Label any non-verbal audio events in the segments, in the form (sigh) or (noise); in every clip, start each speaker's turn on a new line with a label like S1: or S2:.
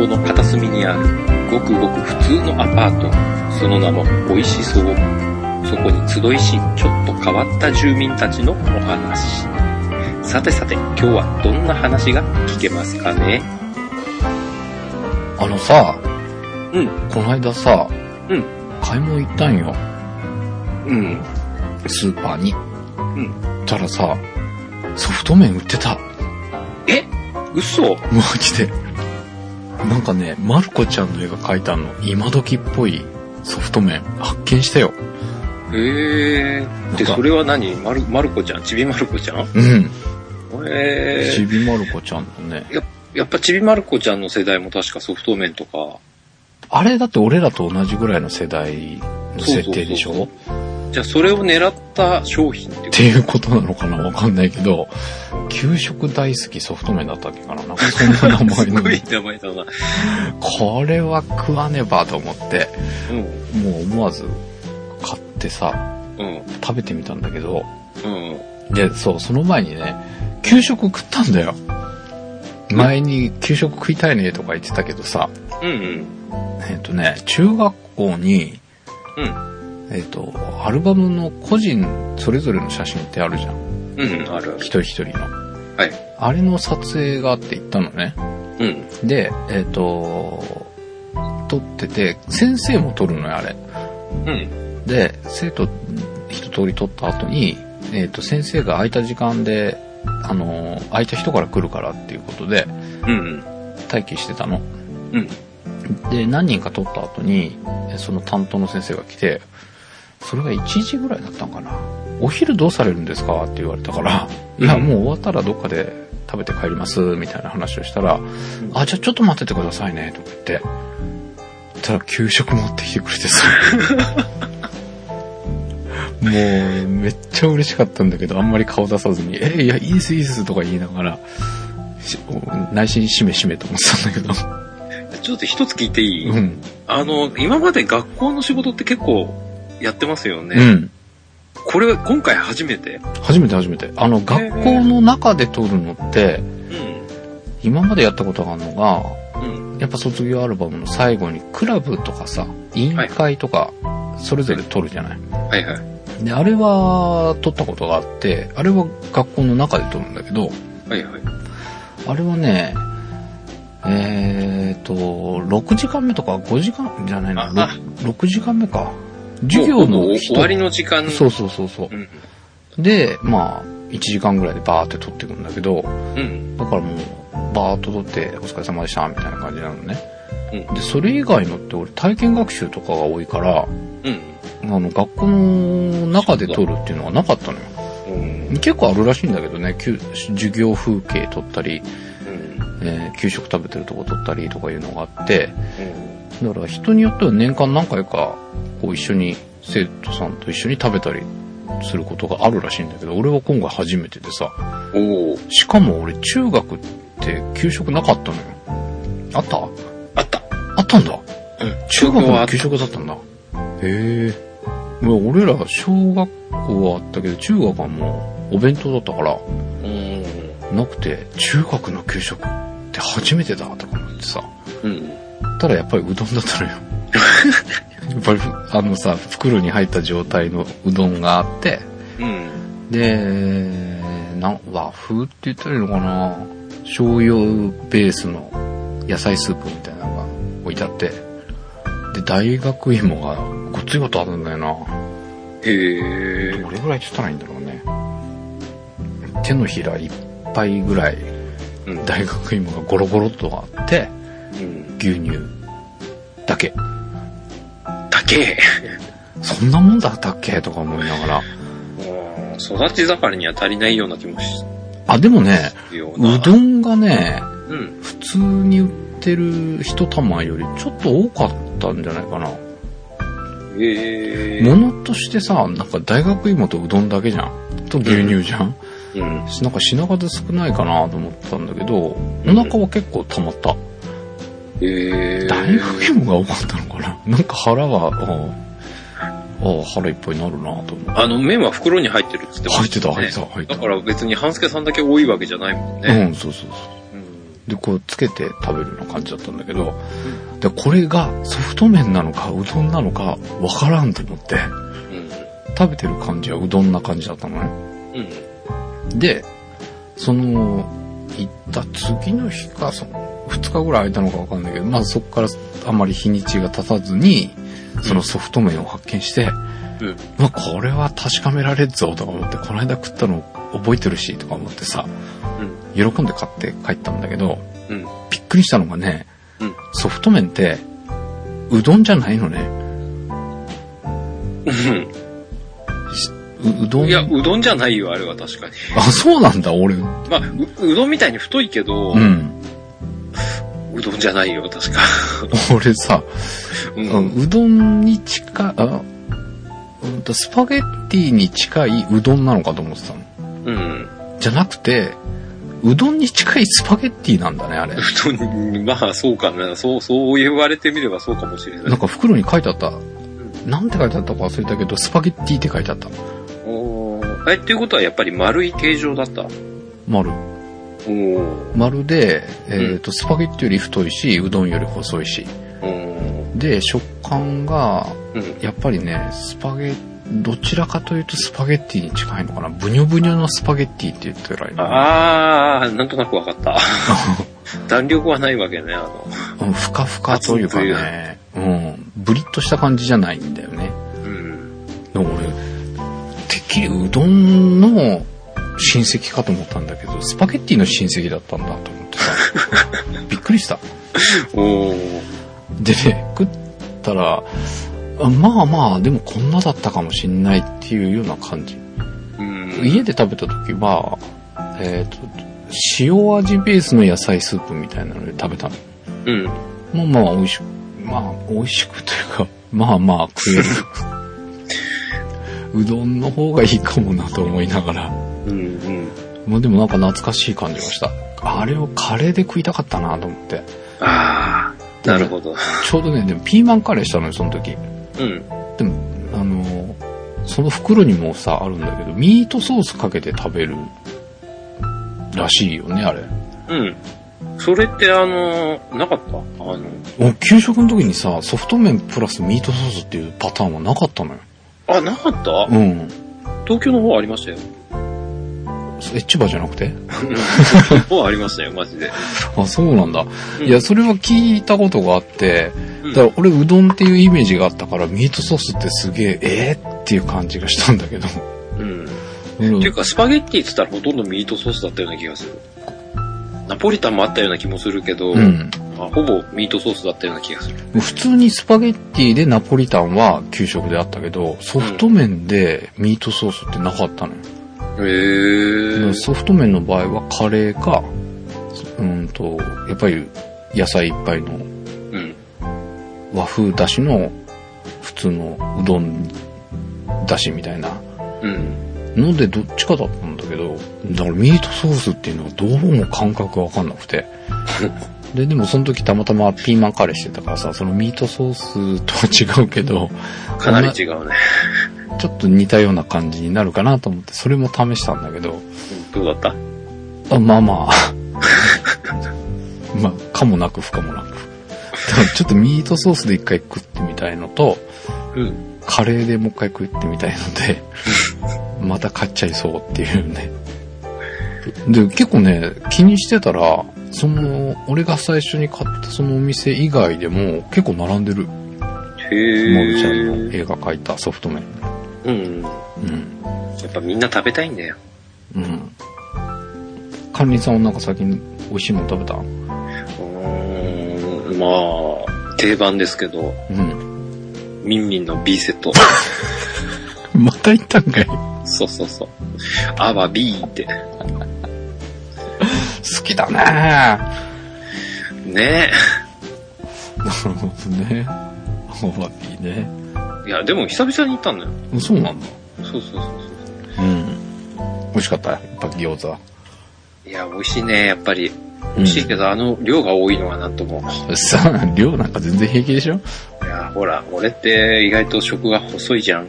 S1: にあるごくごく普通のアパートその名も美味しそうそこに集いしちょっと変わった住民たちのお話さてさて今日はどんな話が聞けますかね
S2: あのさ、
S1: うん
S2: この間さ、
S1: うん
S2: 買い物行ったんよ。
S1: うん
S2: スーパーに。
S1: ん
S2: たらさ、ソフト麺売ってた。 (laughs)
S1: え嘘
S2: マジで。なんかね、まるコちゃんの絵が描いたの、今時っぽいソフト麺発見したよ。
S1: へえ
S2: なん
S1: で
S2: か
S1: それは何まるまる子ちゃんちびまる子ちゃん
S2: うん。
S1: へ
S2: ちびまる子ちゃんのね。
S1: えやっぱちびまる子ちゃんの世代も確かソフト麺とか
S2: あれだって俺らと同じぐらいの世代の設定でしょ
S1: そうそうじゃあそれを狙った商品っていうか
S2: っていうことなのかなわかんないけど、給食大好きソフト麺だったっけかななんかそんな名前
S1: す
S2: の
S1: ごい名前だな。
S2: これは食わねばと思って、
S1: うん。
S2: もう思わず買ってさ、
S1: うん。
S2: 食べてみたんだけど、
S1: うん。
S2: で、そう、その前にね、給食食ったんだよ。前に給食食いたいねとか言ってたけどさ、
S1: うん。
S2: えっ、とね、中学校に、
S1: うん。
S2: えっ、と、アルバムの個人それぞれの写真ってあるじゃん。
S1: うん。うん。あるある
S2: 一。人一人の。
S1: はい。
S2: あれの撮影があって行ったのね。
S1: うん。
S2: で、えっ、と、撮ってて、先生も撮るのよ、あれ。
S1: うん。
S2: で、生徒一通り撮った後に、えっ、と、先生が空いた時間で、あのー空いた人から来るからっていうことで、
S1: うん。
S2: 待機してたの。
S1: うん。
S2: で、何人か撮った後に、えその担当の先生が来て、それが1時ぐらいだったんかな。お昼どうされるんですかって言われたから、いや、もう終わったらどっかで食べて帰ります、みたいな話をしたら、あ、じゃあちょっと待っててくださいね、とか言って。そしたら給食持ってきてくれてさ。もう、めっちゃ嬉しかったんだけど、あんまり顔出さずに、え、いや、いいです、いいです、とか言いながら、し内心しめしめと思ってたんだけど。
S1: ちょっと一つ聞いていい、
S2: うん。
S1: あの、今まで学校の仕事って結構やってますよね。
S2: うん。
S1: これ、今回初めて。
S2: 初めて初めて。あの、学校の中で撮るのって、
S1: うん。
S2: 今までやったことがあるのが、
S1: うん。
S2: やっぱ卒業アルバムの最後にクラブとかさ、委員会とか、それぞれ撮るじゃない。
S1: はいはい。
S2: で、あれは撮ったことがあって、あれは学校の中で撮るんだけど、
S1: はいはい。
S2: あれはね、えーと、6時間目とか5時間じゃないな、
S1: ああ
S2: 6, 時間目か。授業
S1: もうほ
S2: の
S1: ぼ
S2: 人
S1: 終わりの時間。
S2: そうそうそうそう
S1: う。ん。
S2: で、まあ、1時間ぐらいでバーって撮っていくんだけど、
S1: うん。
S2: だからもう、バーっと撮って、お疲れ様でした、みたいな感じなのね。
S1: うん
S2: で、それ以外のって俺、体験学習とかが多いから、
S1: うん。
S2: あの、学校の中で撮るっていうのはなかったのよ。
S1: うん。
S2: 結構あるらしいんだけどね、給授業風景撮ったり、
S1: うん。
S2: えー給食食べてるとこ撮ったりとかいうのがあって、
S1: うん。
S2: だから人によっては年間何回か、こう一緒に、生徒さんと一緒に食べたりすることがあるらしいんだけど、俺は今回初めてでさ、
S1: おー
S2: しかも俺中学って給食なかったのよ。あった
S1: あった。
S2: あったんだ。
S1: うん
S2: 中学の給食だったんだ。へえ。まあ俺ら小学校はあったけど、中学はもうお弁当だったから、
S1: うん。
S2: なくて、中学の給食って初めてだとか思ってさ。
S1: うん。
S2: たらやっぱりうどんだったのよ。 (laughs) やっぱり、あのさ、袋に入った状態のうどんがあって、
S1: うん。
S2: で、な、和風って言ったらいいのかな醤油ベースの野菜スープみたいなのが置いてあって、で、大学芋がごっついことあるんだよな。
S1: へえ
S2: ど。れぐらいって言ったらいいんだろうね。手のひらいっぱいぐらい
S1: うん。
S2: 大学芋がゴロゴロっとあって、
S1: うん。
S2: 牛乳だけ。
S1: だけ。
S2: そんなもんだったっけとか思いながら。
S1: うん育ち盛りには足りないような気もす
S2: あ、でもね、
S1: るような。
S2: うどんがね、
S1: うん。
S2: 普通に売ってる一玉よりちょっと多かったんじゃないかな。
S1: ええ
S2: ものとしてさ、なんか大学芋とうどんだけじゃん。と牛乳じゃん。
S1: うん。
S2: なんか品数少ないかなと思ったんだけど、お腹は結構溜まった。
S1: ええ
S2: 大学芋が多かったのかな。なんか腹が、ああああ、腹いっぱいになるなと思って。
S1: あの、麺は袋に入ってるって言ってま
S2: 入っ
S1: してた
S2: た、
S1: ね
S2: 入ってた、入って
S1: だから別に半助さんだけ多いわけじゃないもん
S2: た。
S1: ね。
S2: うん、そうそうそう。
S1: うん。
S2: で、こうつけて食べるような感じだったんだけど、ででこれがソフト麺なのかうどんなのかわからんと思って、
S1: うん。
S2: 食べてる感じはうどんな感じだったのね。
S1: うん。
S2: で、その、行った次の日か、その、2日ぐらい空いたのかわかんないけど、まあそこからあまり日にちが経たずに、そのソフト麺を発見して、
S1: うん
S2: まあこれは確かめられっぞとか思って、この間食ったの覚えてるしとか思ってさ、喜んで買って帰ったんだけど、
S1: うん。うん。
S2: びっくりしたのがね、
S1: うん
S2: ソフト麺って、うどんじゃないのね。う、うどん。
S1: いや、うどんじゃないよ、あれは確かに。
S2: あ、そうなんだ、俺。
S1: まあ、ううどんみたいに太いけど、
S2: うん。
S1: うどんじゃないよ、確か。
S2: 俺さ、
S1: う
S2: う。どんに近い、あ、うんと、スパゲッティに近いうどんなのかと思ってたの。
S1: うん。
S2: じゃなくて、うどんに近いスパゲッティなんだね、あれ。
S1: うどん、 (laughs) まあ、そうかな。そう、そう言われてみればそうかもしれな
S2: ないん。か袋に書いてあった。なんて書いてあったか忘れたけど、スパゲッティって書いてあった。
S1: おーえ、っていうことはやっぱり丸い形状だった。お
S2: 丸。
S1: ー
S2: 丸で、えっ、と、スパゲッティより太いし、うどんより細いし。
S1: おー
S2: で、食感が、
S1: うん。
S2: やっぱりね、スパゲどちらかというとスパゲッティに近いのかな。ブニョブニョのスパゲッティって言ってるらいいな
S1: あー、なんとなくわか
S2: (laughs)
S1: った。弾力はないわけね、あの。
S2: うんふかふかというかね、うん、ブリッとした感じじゃないんだよね。
S1: うん。
S2: でも俺、てっきりうどんの親戚かと思ったんだけど、スパゲッティの親戚だったんだと思 (laughs) ってさ、びっくりした。
S1: おー
S2: でね、食ったら、あまあまあ、でもこんなだったかもしんないっていうような感じ。
S1: うん。
S2: 家で食べた時は、えっ、と、塩味ベースの野菜スープみたいなので食べたの。
S1: うん。
S2: まあまあ美味しく、まあ美味しくというか、 (laughs) まあまあ食える。 (laughs) うどんの方がいいかもなと思いながら。
S1: うん。うん。
S2: まあでもなんか懐かしい感じがした。あれをカレーで食いたかったなと思って。
S1: あー、なるほど。
S2: ちょうどね、でもピーマンカレーしたのよ、その時。
S1: うん。
S2: でも、あの、その袋にもさ、あるんだけど、ミートソースかけて食べるらしいよね、あれ。
S1: うん。それってあの、なかったあの、
S2: お給食の時にさソフト麺プラスミートソースっていうパターンはなかったのよ
S1: あ、なかった
S2: うん
S1: 東京の方ありましたよ。
S2: え千葉じゃなくて
S1: 東京の方ありましたよ、マジで。
S2: あそうなんだ、
S1: うん
S2: いやそれは聞いたことがあって
S1: うん
S2: だから俺うどんっていうイメージがあったからミートソースってすげええー、っていう感じがしたんだけど、
S1: うん。っ
S2: うん
S1: ていうか、スパゲッティって言ったらほとんどミートソースだったような気がする。ナポリタンもあったような気もするけど、
S2: うん、
S1: まあほぼミートソースだったような気がする。
S2: 普通にスパゲッティでナポリタンは給食であったけどソフト麺でミートソースってなかったのよ、だか
S1: へ
S2: らソフト麺の場合はカレーかうんとやっぱり野菜いっぱいの
S1: ー。うん。
S2: 和風だしの普通のうどんだしみたいな
S1: うん。
S2: のでどっちかだったんだけどだからミートソースっていうのはどうも感覚がわかんなくて (laughs) ででもその時たまたまピーマンカレーしてたからさそのミートソースとは違うけど
S1: かなり違うね。
S2: ちょっと似たような感じになるかなと思ってそれも試したんだけど
S1: どうだった
S2: あまあまあ (laughs) まあかもなく不可もなくだ (laughs) からちょっとミートソースで一回食ってみたいのと
S1: うん。
S2: カレーでもう一回食ってみたいので、また買っちゃいそうっていうね。で、結構ね、気にしてたら、その、俺が最初に買ったそのお店以外でも結構並んでる。モ
S1: へ
S2: ルちゃんの
S1: ー。
S2: 映画描いたソフト麺。
S1: うん。
S2: うん。
S1: やっぱみんな食べたいんだよ。
S2: うん。管理さんはなんか最近美味しいもの食べたう
S1: うーん。まあ、定番ですけど、
S2: ん。
S1: ミンミンの B セッ (laughs) ト。
S2: また行ったんかい好
S1: そうそうそう。アワビーって。
S2: きだね (laughs)
S1: ね
S2: なるほどね。おばぴーね。
S1: え。いや、でも久々に行ったんだよ。
S2: そうなんだ。
S1: そうそうそうそ
S2: うん。美味しかったやっぱ餃子。
S1: う。いや、美味しいね、やっぱり。美味しいけど、あの量が多いのはなんとも。
S2: さあ、量なんか全然平気でしょ
S1: いや、ほら、俺って意外と食が細いじゃん。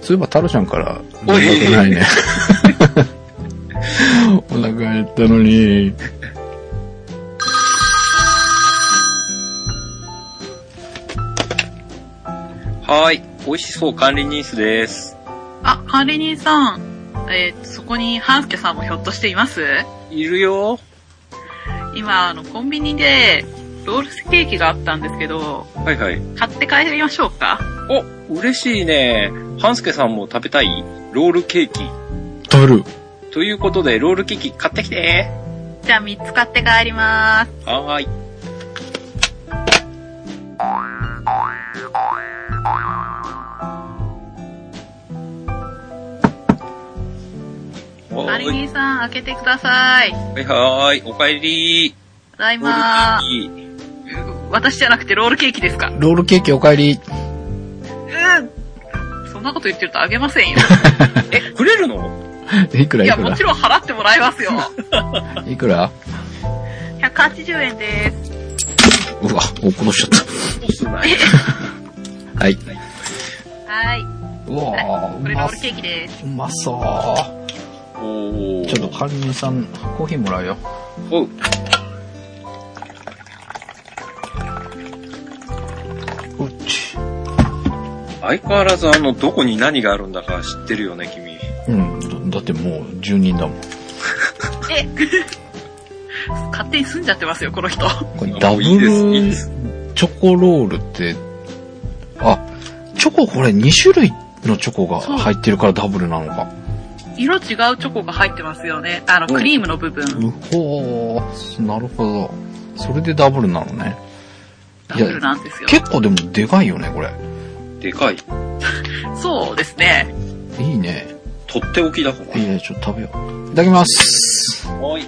S2: そういえば、太郎ちゃんから、
S1: おい
S2: 連絡ないね。お腹減ったのに。
S1: 美味しそう管理人室です。
S3: あ、管理人さん。えーそこに半助さんもひょっとしています
S1: いるよ。
S3: 今、あの、コンビニで、ロールスケーキがあったんですけど、
S1: はいはい。
S3: 買って帰りましょうか。
S1: お、嬉しいね。半助さんも食べたいロールケーキ。
S2: 食べる。
S1: ということで、ロールケーキ買ってきて
S3: じゃあ3つ買って帰ります。
S1: はーい。は
S3: 管理
S1: ーい
S3: 人さん、開けてください。
S1: はいはーい、おかえり
S3: ただい
S1: ロー
S3: ま
S1: ルケーキ。
S3: 私じゃなくてロールケーキですか。
S2: ロールケーキお帰り。
S3: うん。そんなこと言ってるとあげま
S1: (laughs)
S3: せんよ。
S1: え、くれるの
S2: いくら
S3: い
S2: い
S3: や、
S2: く
S3: も
S2: ら
S3: ちろん払ってもらいま
S1: (laughs)
S3: すよ。
S2: いくら
S3: 180円です。
S2: うわ、落っことしちゃっ
S1: 押すない。
S2: た。はい。
S3: はい。
S2: うわ
S3: こ
S2: ー
S3: れ
S2: う
S3: ロ
S2: ま
S3: ールケーキです。
S2: うまそう。
S1: おー。
S2: ちょっと管理人さん、コーヒーもらうよ。
S1: おう。
S2: うっち。
S1: 相変わらずあの、どこに何があるんだか知ってるよね、君。
S2: うん。だだってもう住人だもん。
S3: え勝手に済んじゃってますよ、この人。
S2: これ
S1: あ
S2: ダブル
S1: いいですいいで
S2: チ
S1: す
S2: ョコロールって、あ、チョコこれ2種類のチョコが入ってるからダブルなのか。
S3: 色違うチョコが入ってますよね。あの、
S1: うん
S3: クリームの部分。
S2: うほー、なるほど。それでダブルなのね。
S3: ダブルなんですよ。
S2: 結構でもでかいよね、これ。
S1: でかい。
S3: そうですね。
S2: いいね。
S1: とっておきだから。
S2: いや、ちょっと食べよう。いただきます。
S1: はーい。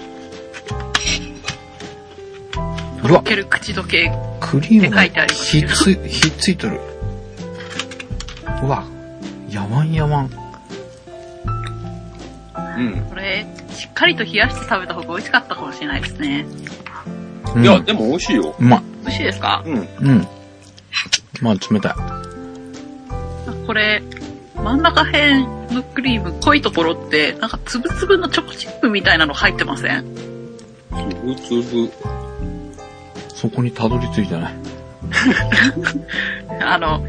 S2: うわ
S3: 溶、ける口どけ。
S2: クリームが
S3: って書いてあります
S2: ひ
S3: け
S2: っ
S3: ど
S2: つ、ひっついとる。うわ、やまんやまん。
S1: う。
S3: これ、しっかりと冷やして食べた方が美味しかったかもしれないですね。
S2: うんん
S1: いや、でも美味しいよ。
S2: うまい。
S3: 美味しいですか
S1: うん。
S2: うん。まあ、冷たい。
S3: これ、真ん中辺のクリーム、濃いところって、なんかつぶつぶのチョコチップみたいなの入ってません
S1: つぶつぶ。
S2: そこにたどり着いてない。
S3: あの、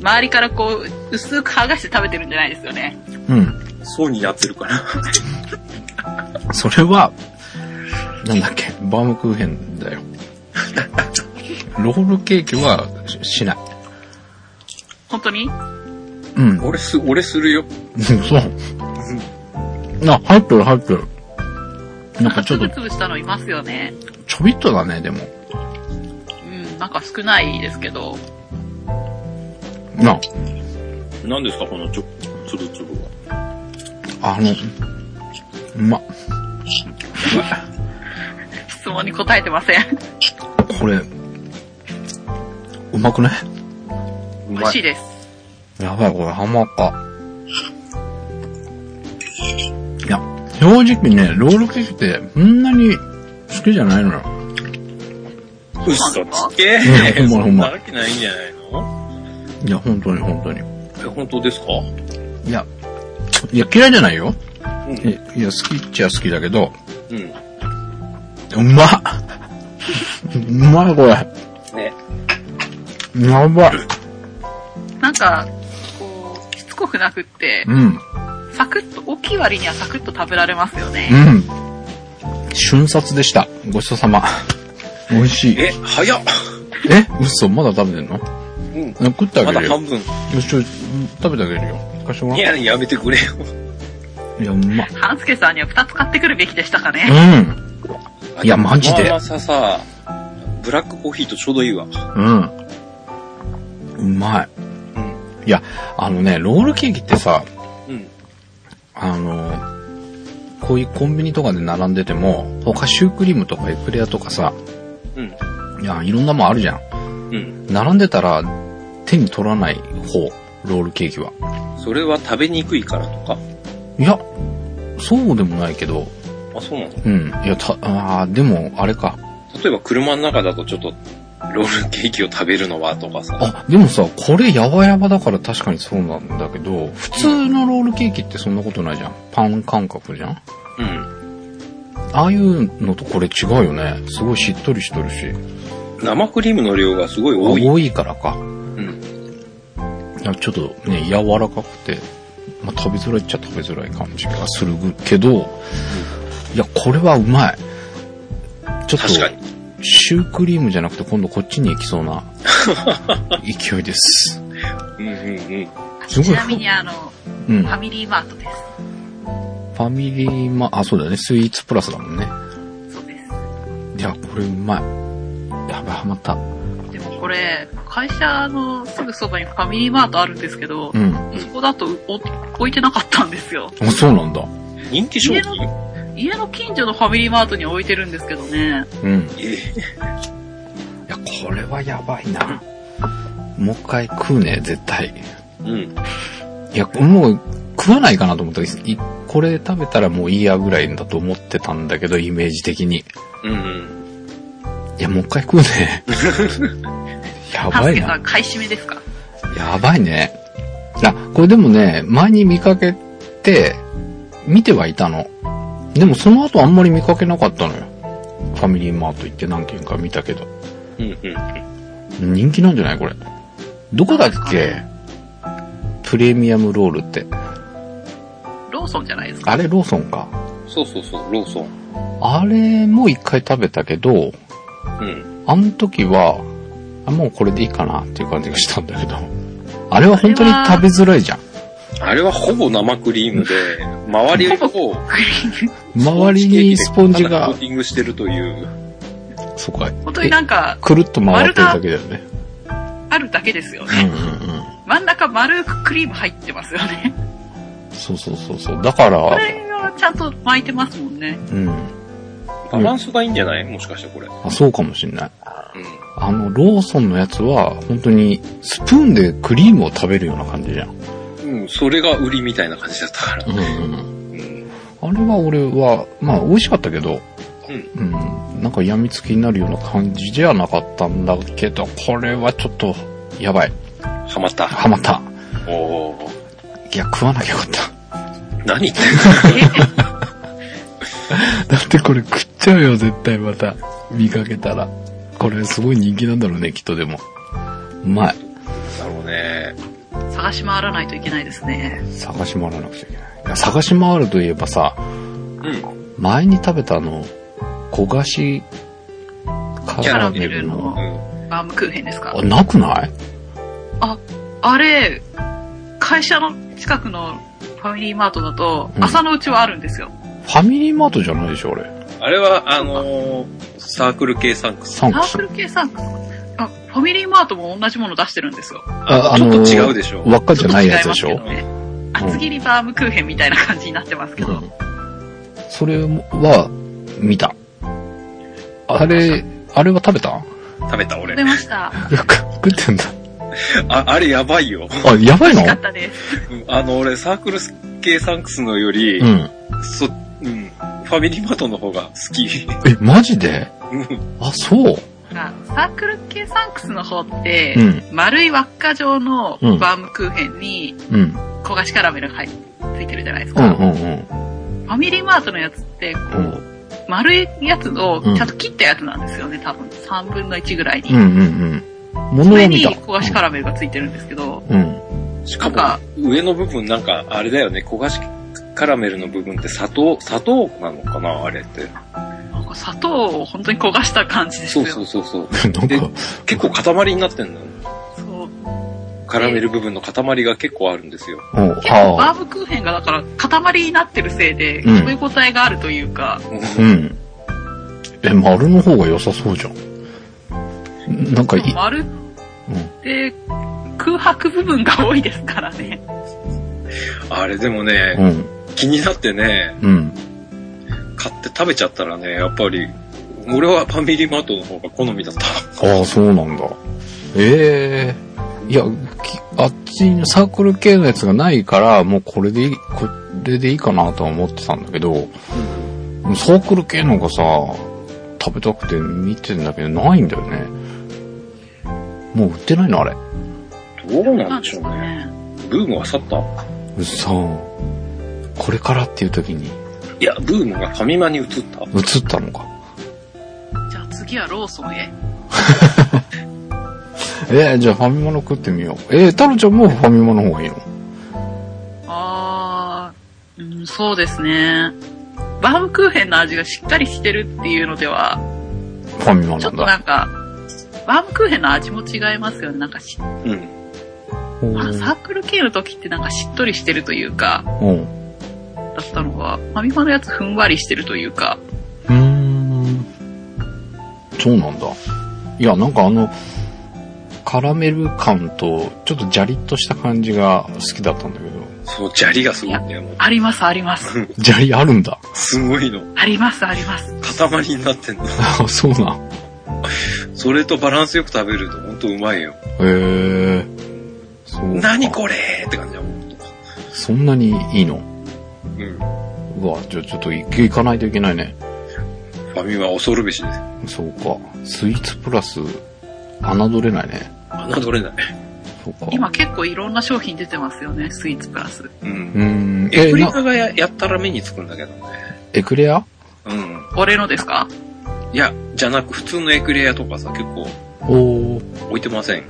S3: 周りからこう、薄く剥がして食べてるんじゃないですよね。
S2: うん。
S1: そうになってるから。
S2: それは、なんだっけ、バームクーヘンだよ。 (laughs) ロールケーキはししない。
S3: 本当に
S2: うん。
S1: (laughs) 俺す、俺するよ。
S2: うんそう。あ、入ってる入ってる。なんかちょっ
S3: つぶ
S2: と、
S3: つぶしたのいますよね。
S2: ちょびっとだね、でも。
S3: うん、なんか少ないですけど。
S2: な、
S1: 何ですか、このちょ、つぶつぶは。
S2: あの、う (laughs) ま、
S3: 質問に答えてません。
S2: これ、うまくないう
S3: 美味
S1: ま
S3: しい
S1: い。
S3: です。
S2: やばい、これハマか。いや、正直ね、ロールケーキって、そんなに好きじゃないのよ。
S1: 嘘つけ
S2: うんほんまほんま
S1: そなわけないんじゃないの
S2: いや、本当に本当に。
S1: え、本当ですか
S2: いや、いや、嫌いじゃないよ。
S1: う
S2: い
S1: ん。
S2: や、いや好きっちゃ好きだけど、
S1: うん。
S2: うまっうまい、これ。
S1: ね。
S2: やばい。
S3: なんか、こう、しつこくなくって
S2: う、ん。
S3: サクッと、大きい割にはサクッと食べられますよね。
S2: うん。瞬殺でした。ごちそうさま。美味しい。
S1: え、早っ
S2: え嘘まだ食べてんの
S1: うん。
S2: 食ってあ
S1: ま
S2: げ
S1: だ
S2: るよ。
S1: 半分。
S2: よし、ちょ食べてあげるよ。聞かしてもら
S1: いや、やめてくれよ。
S2: う。いや、うまい。
S3: 半助さんには2つ買ってくるべきでしたかね。
S2: ういやマジで
S1: まあまあささ、ブラックコーヒーとちょうどいいわ。
S2: ん。うん。うまい。
S1: うん。
S2: いや、あのね、ロールケーキってさ、
S1: うん。
S2: あの、こういうコンビニとかで並んでても、他シュークリームとかエクレアとかさ、
S1: うん。
S2: いや、いろんなもんあるじゃん。
S1: うん。
S2: 並んでたら、手に取らない方、ロールケーキは。
S1: それは食べにくいからとか
S2: いや、そうでもないけど、
S1: あ、そうなの
S2: うん。いや、た、ああ、でも、あれか。
S1: 例えば車の中だとちょっと、ロールケーキを食べるのはとかさ。
S2: あ、でもさ、これやばやばだから確かにそうなんだけど、普通のロールケーキってそんなことないじゃん。パン感覚じゃん
S1: うん。
S2: ああいうのとこれ違うよね。すごいしっとりしとるし。
S1: 生クリームの量がすごい多い。
S2: 多いからか。
S1: うん。
S2: やちょっとね、柔らかくて、まあ、食べづらいっちゃ食べづらい感じがするけど、いや、これはうまい。ちょっと、
S1: 確かに。
S2: シュークリームじゃなくて今度こっちに行きそ
S1: (laughs)
S2: うな勢いです。
S1: うんうんうん。
S2: すごい
S3: ちなみにあの、フ
S2: うん。フ
S3: ァミリーマートです。
S2: ァミリーマ、あ、そうだよね。スイーツプラスだもんね。
S3: そうで
S2: い
S3: す。
S2: や、これうまい。やばい、ハマった。
S3: でもこれ、会社のすぐそばにファミリーマートあるんですけど、
S2: うん。
S3: そこだとお置いてなかったんですよ。
S2: あ、そうなんだ。
S1: 人気商品
S3: 家の近所のファミリーマートに置いてるんですけどね。
S2: うん。い
S1: ええ
S2: や、これはやばいな。もう一回食うね、絶対。
S1: うん。
S2: いや、もう食わないかなと思ったけど、いこれ食べたらもういいやぐらいだと思ってたんだけど、イメージ的に。
S1: うん
S2: いや、もう一回食う
S1: (laughs)
S2: ね。や
S3: ハ
S2: ば
S3: ス
S2: い
S3: ケ
S2: な
S3: さ。ん、買い占めですか
S2: やばいね。あ、これでもね、前に見かけて、見てはいたの。でもその後あんまり見かけなかったのよ。ファミリーマート行って何軒か見たけど。
S1: うん。うんうん。
S2: 人気なんじゃないこれ。どこだっけプレミアムロールって。
S3: ローソンじゃないですか
S2: あれローソンか。
S1: そうそうそう、ローソン。
S2: あれも一回食べたけど、
S1: うん。
S2: あの時は、あもうこれでいいかなっていう感じがしたんだけど。あれは本当に食べづらいじゃん。
S1: あれはほぼ生クリーム
S2: (laughs)
S1: で、周りを、
S3: クリーム
S2: 周りにスポンジ
S1: コ
S2: が
S1: ー、ティングしてるという。
S2: そうか。
S3: 本当になんか、
S2: くるっと回ってるだけだよね。
S3: あるだけですよ
S2: う
S3: ね。
S2: んうんうん。
S3: 真ん中丸くクリーム入ってますよね。
S2: そうそうそうそう。だから、
S3: これはちゃんと巻いてますもんね。
S2: うん。
S1: バランスがいいんじゃないもしかしてこれ。うん。
S2: あ、そうかもしんない。あの、ローソンのやつは、本当に、スプーンでクリームを食べるような感じじゃん。
S1: うん、それが売りみたいな感じだったから。
S2: んうん。
S1: うん。
S2: あれは俺は、まあ、美味しかったけど、うん、なんか病みつきになるような感じじゃなかったんだけど、これはちょっと、やばい。
S1: ハマった。
S2: ハマった。
S1: おー。
S2: いや、食わなきゃよかった。
S1: 何言って
S3: え
S2: (laughs) だってこれ食っちゃうよ、絶対また。見かけたら。これすごい人気なんだろうね、きっとでも。うまい。
S1: んだろうね。
S3: 探し回らないといけないですね。
S2: 探し回らなくちゃいけない。いや探し回るといえばさ、
S1: うん。
S2: 前に食べたあの、焦がしカラメル
S3: キャラメル
S2: の
S3: の。
S1: う
S3: バームクーヘンですか
S2: あ、なくない
S3: あれ、会社の近くのファミリーマートだと
S2: う、ん
S3: 朝のうちはあるんですよ。
S2: ファミリーマートじゃないでしょ、あれ。
S1: ん。あれは、あのー、サークル系サンクス。
S2: サン
S3: サ
S2: ク
S3: ー
S2: ス
S3: ク。ル系サンクスあ、ファミリーマートも同じもの出してるんですよ。
S2: あ
S1: ちょっと
S2: あのー
S1: 違うでしょ。
S2: 輪っかじゃないやつでし
S3: ち
S2: ょ
S3: っと違いますけどね厚切りバームクーヘンみたいな感じになってますけど。
S2: それは、見た。あれ、あれは食べた
S1: 食べた俺
S3: 食べ。ました。
S2: いや、食ってんだ。
S1: あ、あれやばいよ。 (laughs)
S2: あ、やばい
S3: 美
S2: の
S3: 味しかったです。
S1: うんあの、俺、サークル系サンクスのより、
S2: うん。
S1: そ、うん、ファミリーマートの方が好き。 (laughs)
S2: え、マジで
S1: うん
S2: あ、そう。
S3: あサークル系サンクスの方って、
S2: うん
S3: 丸い輪っか状の
S2: うん
S3: バームクーヘンに
S2: うん。
S3: 焦がしカラメルが入っついてるじゃないです
S2: う
S3: か。
S2: んうんうん。
S3: ファミリーマートのやつって、こう、
S2: うん
S3: 丸いやつを
S2: うん
S3: ちゃんと切ったやつなんですよね、多分。3分の1ぐらいに。
S2: うんうんうん。もの
S3: そ
S2: は
S3: れ
S2: 見
S3: に
S2: た。
S3: 焦がしカラメルがついてるんですけど、
S2: うん。 (laughs)
S1: しかも
S3: なんか、
S1: 上の部分なんか、あれだよね、焦がしカラメルの部分って砂糖、砂糖なのかなあれって。
S3: なんか砂糖を本当に焦がした感じです
S1: そ
S3: よ。
S1: うそうそうそう。
S2: なん
S1: で
S2: か、
S1: 結構塊になってんのよ。
S3: そう
S1: カラメル部分の塊が結構あるんですよ。
S2: うん、
S3: 結構
S2: あ
S3: バ
S2: あ。
S3: ームクーヘンがだから塊になってるせいで、
S2: うん
S3: 食べ応えがあるというか、
S2: うん。え、丸の方が良さそうじゃん。なんかいい、
S3: 丸って空白部分が多いですからね。
S1: (laughs) あれでも
S2: う
S1: ね、
S2: ん、
S1: 気になってね、
S2: うん。
S1: 買って食べちゃったらね、やっぱり、俺はファミリーマートの方が好みだった。
S2: ああ、そうなんだ。ええいや、きあっちのサークル系のやつがないから、もうこれでいい、これでいいかなとは思ってたんだけど、サークル系のがさ、食べたくて見てんだけど、ないんだよね。もう売ってないのあれ。
S1: どうな
S3: なん
S1: で
S3: んで
S1: し
S3: す
S1: ょう
S3: か
S1: ね。
S3: ね。
S1: ブームは去った
S2: うっそこれからっていう時に
S1: いや、ブームがファミマに移った。
S2: 映ったのか。
S3: じゃあ次はローソンへ。
S2: えー、じゃあファミマの食ってみよう。えー、タロちゃんもファミマの方がいいの
S3: あー、うん、そうですね。バームクーヘンの味がしっかりしてるっていうのでは、
S2: ファミマ
S3: ち
S2: な
S3: ょっ
S2: ん
S3: と
S2: だ。
S3: なんか、バームクーヘンの味も違いますよね。なんかし、
S1: うん。
S2: うん
S3: あのサークル系の時ってなんかしっとりしてるというか、
S2: うん。
S3: だったのが、ファミマのやつふんわりしてるというか、
S2: うーん。そうなんだ。いや、なんかあの、カラメル感と、ちょっとジャリッとした感じが好きだったんだけど、
S1: そう、砂利がすごいんだよ、もう。
S3: ありますあります。
S2: ジャリあるんだ。 (laughs)
S1: すごいの。
S3: ありますあります。
S1: 塊になってんの。
S2: あ、そうなん。
S1: それとバランスよく食べるとほんとうまいよ。
S2: へえー。そうか。
S1: 何これって感じだもん。
S2: そんなにいいの
S1: うん。
S2: うわ、じゃあちょっと行け行かないといけないね。
S1: ファミマは恐るべしです。
S2: そうか。スイーツプラス、侮れないね。
S1: 侮れない。
S2: そうか。
S3: 今結構いろんな商品出てますよね、スイーツプラス。
S1: う。
S2: うんーん。
S1: エ
S2: え、
S1: クレア
S2: な、
S1: がややったら目につくんだけどね。
S2: エクレア
S1: うん。
S3: 俺のですか
S1: いや、じゃなく普通のエクレアとかさ、結構
S2: お
S1: 置いてません。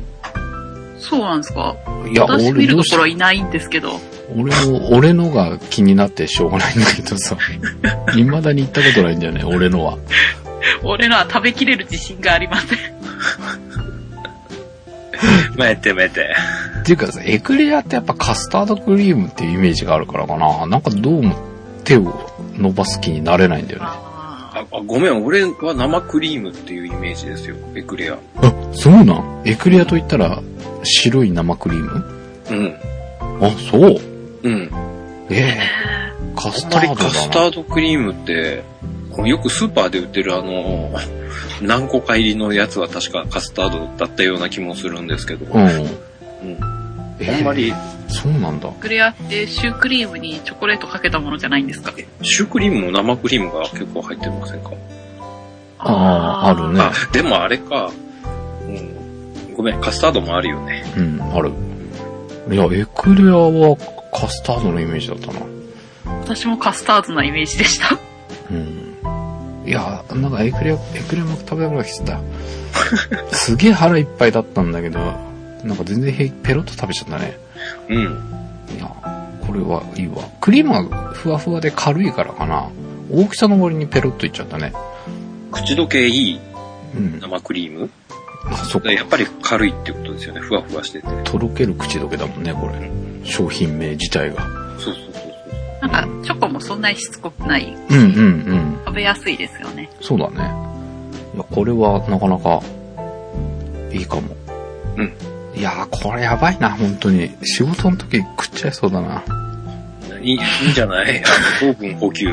S3: そうなんですか
S2: ー。いや、
S3: 私見
S2: 俺
S3: る
S2: ど
S3: と
S2: うし
S3: ころいないんですけど。
S2: 俺の、俺のが気になってしょうがないんだけ
S1: (laughs)
S2: どさ。未だに行ったことないんだよね、俺のは。
S3: 俺らは食べきれる自信がありません。
S1: (laughs) 待って待って。
S2: っていうかさ、エクレアってやっぱカスタードクリームっていうイメージがあるからかな。なんかどうも手を伸ばす気になれないんだよね。
S3: あ
S1: あ、あごめん、俺は生クリームっていうイメージですよ、エクレア。
S2: あ、そうなんエクレアと言ったら白い生クリーム
S1: うん。
S2: あ、そう。
S1: うん。
S2: ええカス
S1: あん
S2: タ
S1: ま
S2: ー
S1: り
S2: ド
S1: カ
S2: だ
S1: ス
S2: な。
S1: タードクリームって、このよくスーパーで売ってるあの、 (laughs) 何個か入りのやつは確かカスタードだったような気もするんですけど。
S2: うん。
S1: うん。
S2: ええ
S1: あんまり、
S2: そうなんだ。
S3: クレアってシュークリームにチョコレートかけたものじゃないんですか
S1: シュークリームも生クリームが結構入ってませんか、
S2: ああ、あるね
S1: あ。、でもあれか。うん。ごめん、カスタードもあるよね。
S2: うん、ある。いや、エクレアはカスタードのイメージだったな。
S3: 私もカスタードなイメージでした。
S2: うん。いや、なんかエクレア、エクレアも食べたくなってきた。 (laughs) すげえ腹いっぱいだったんだけど、なんか全然へいペロッと食べちゃったね。
S1: うん。
S2: いや、これはいいわ。クリームはふわふわで軽いからかな。大きさの割にペロッといっちゃったね。
S1: 口どけいい
S2: うん。
S1: 生クリーム
S2: あ、そっか。
S1: やっぱり軽いってことですよね。ふわふわしてて。
S2: とろける口どけだもんね、これ。商品名自体が。
S1: そうそうそうそう。
S3: なんか、チョコもそんなにしつこくない。
S2: うんうんうん。
S3: 食べやすいですよね。
S2: そうだね。いや、これはなかなか、いいかも。
S1: うん。
S2: いやー、これやばいな、本当に。仕事の時食っちゃいそうだな。
S1: いい、いいんじゃない (laughs) あの、糖分補給。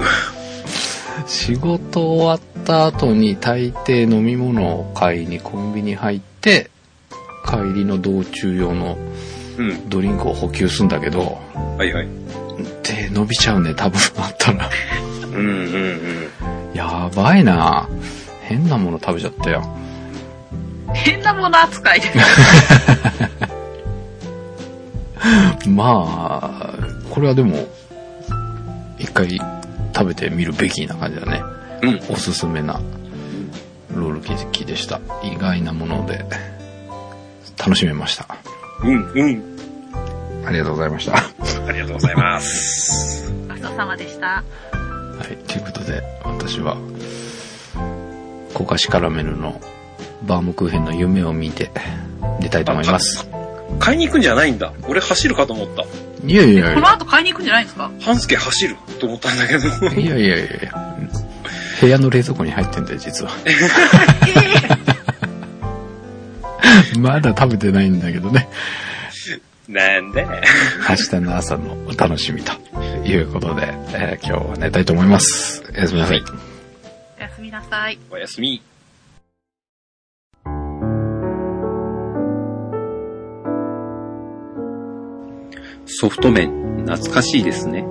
S2: 仕事終わった後に大抵飲み物を買いにコンビニ入って、帰りの道中用の
S1: うん。
S2: ドリンクを補給するんだけど、
S1: はいはい。
S2: 手伸びちゃうね、多分あったら。
S1: うんうん
S2: やばいな変なもの食べちゃったよ。
S3: 変なもの扱い
S2: (laughs)
S3: です。
S2: まあ、これはでも、一回食べてみるべきな感じだね。
S1: うん。うん。
S2: おすすめなロールケーキでした。意外なもので、楽しめました。
S1: うんうん。
S2: ありがとうございました。は
S1: ありがとうございます。
S3: ごちそうさまでした。
S2: い、ということで、私は、コカシカラメルのバームクーヘンの夢を見て、出たいと思います。
S1: 買いに行くんじゃないんだ。俺走るかと思った。
S2: いやいやい
S3: こ
S2: や
S3: の。後買いに行くんじゃないん
S2: (laughs)
S3: ですか (laughs)
S1: 半助走ると思ったんだけど。
S2: いやいやいやいや。部屋の冷蔵庫に入ってんだよ、実は。 (laughs) まだ食べてないんだけどね。
S1: (laughs) なんで
S2: 明日の朝のお楽しみということで、えー今日は寝たいと思います。おやすみなさい。
S3: おやすみなさい。
S1: おやすみ。ソフト麺、懐かしいですね。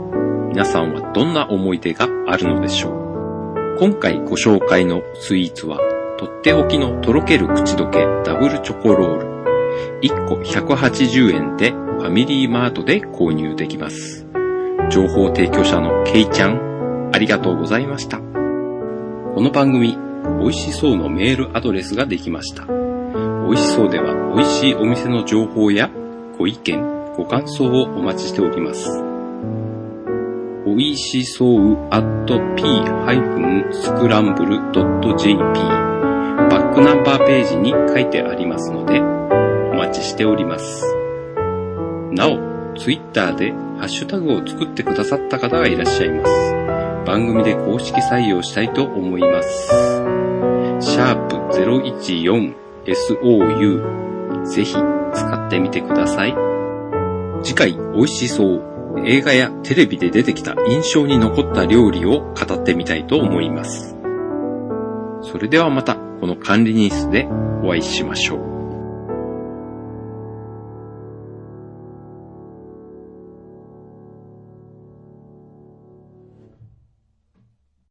S1: 皆さんはどんな思い出があるのでしょう今回ご紹介のスイーツは、とっておきのとろける口どけダブルチョコロール。1個180円でファミリーマートで購入できます。情報提供者のケイちゃん、ありがとうございました。この番組、美味しそうのメールアドレスができました。美味しそうでは
S4: 美味しいお店の情報やご意見、ご感想をお待ちしております。おいしそう at p-scramble.jp バックナンバーページに書いてありますので、お待ちしております。なお、ツイッターでハッシュタグを作ってくださった方がいらっしゃいます。番組で公式採用したいと思います。シャープ 014SOU ぜひ使ってみてください。次回、美味しそう。映画やテレビで出てきた印象に残った料理を語ってみたいと思います。それではまた、この管理人室でお会いしましょう。